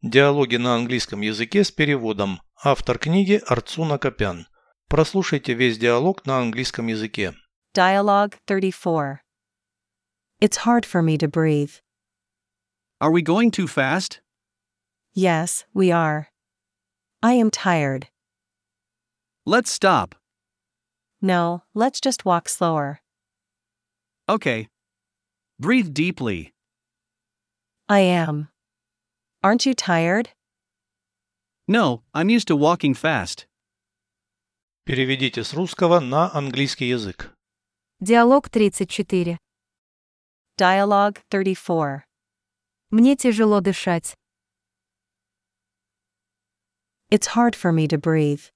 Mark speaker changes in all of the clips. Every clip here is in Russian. Speaker 1: Диалоги на английском языке с переводом. Автор книги Арцуна Копян. Прослушайте весь диалог на английском языке.
Speaker 2: Dialogue 34. It's hard for me to breathe.
Speaker 3: Are we going too fast?
Speaker 2: Yes, we are. I am tired.
Speaker 3: Let's stop.
Speaker 2: No, let's just walk slower.
Speaker 3: Okay. Breathe deeply.
Speaker 2: I am. Aren't you tired?
Speaker 3: No, I'm used to walking fast.
Speaker 1: Переведите с русского на английский язык.
Speaker 4: Диалог 34.
Speaker 2: Dialogue 34.
Speaker 4: Мне тяжело дышать.
Speaker 2: It's hard for me to breathe.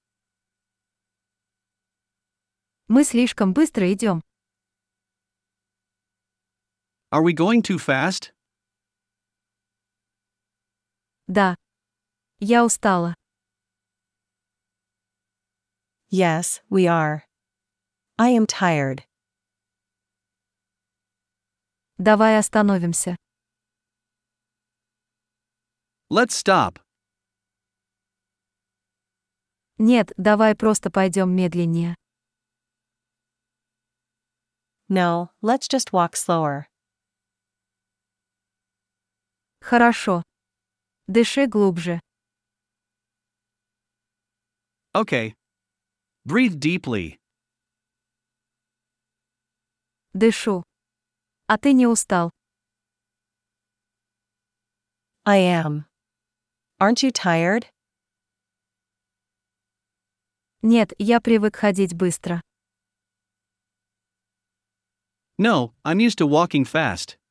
Speaker 4: Мы слишком быстро идем.
Speaker 3: Are we going too fast?
Speaker 4: Да. Я устала.
Speaker 2: Yes, we are. I am tired.
Speaker 4: Давай остановимся.
Speaker 3: Let's stop.
Speaker 4: Нет, давай просто пойдем медленнее.
Speaker 2: No, let's just walk slower.
Speaker 4: Хорошо. Дыши глубже.
Speaker 3: Okay. Breathe deeply.
Speaker 4: Дышу. А ты не устал.
Speaker 2: I am. Aren't you tired?
Speaker 4: Нет, я привык ходить быстро.
Speaker 3: No, I'm used to walking fast.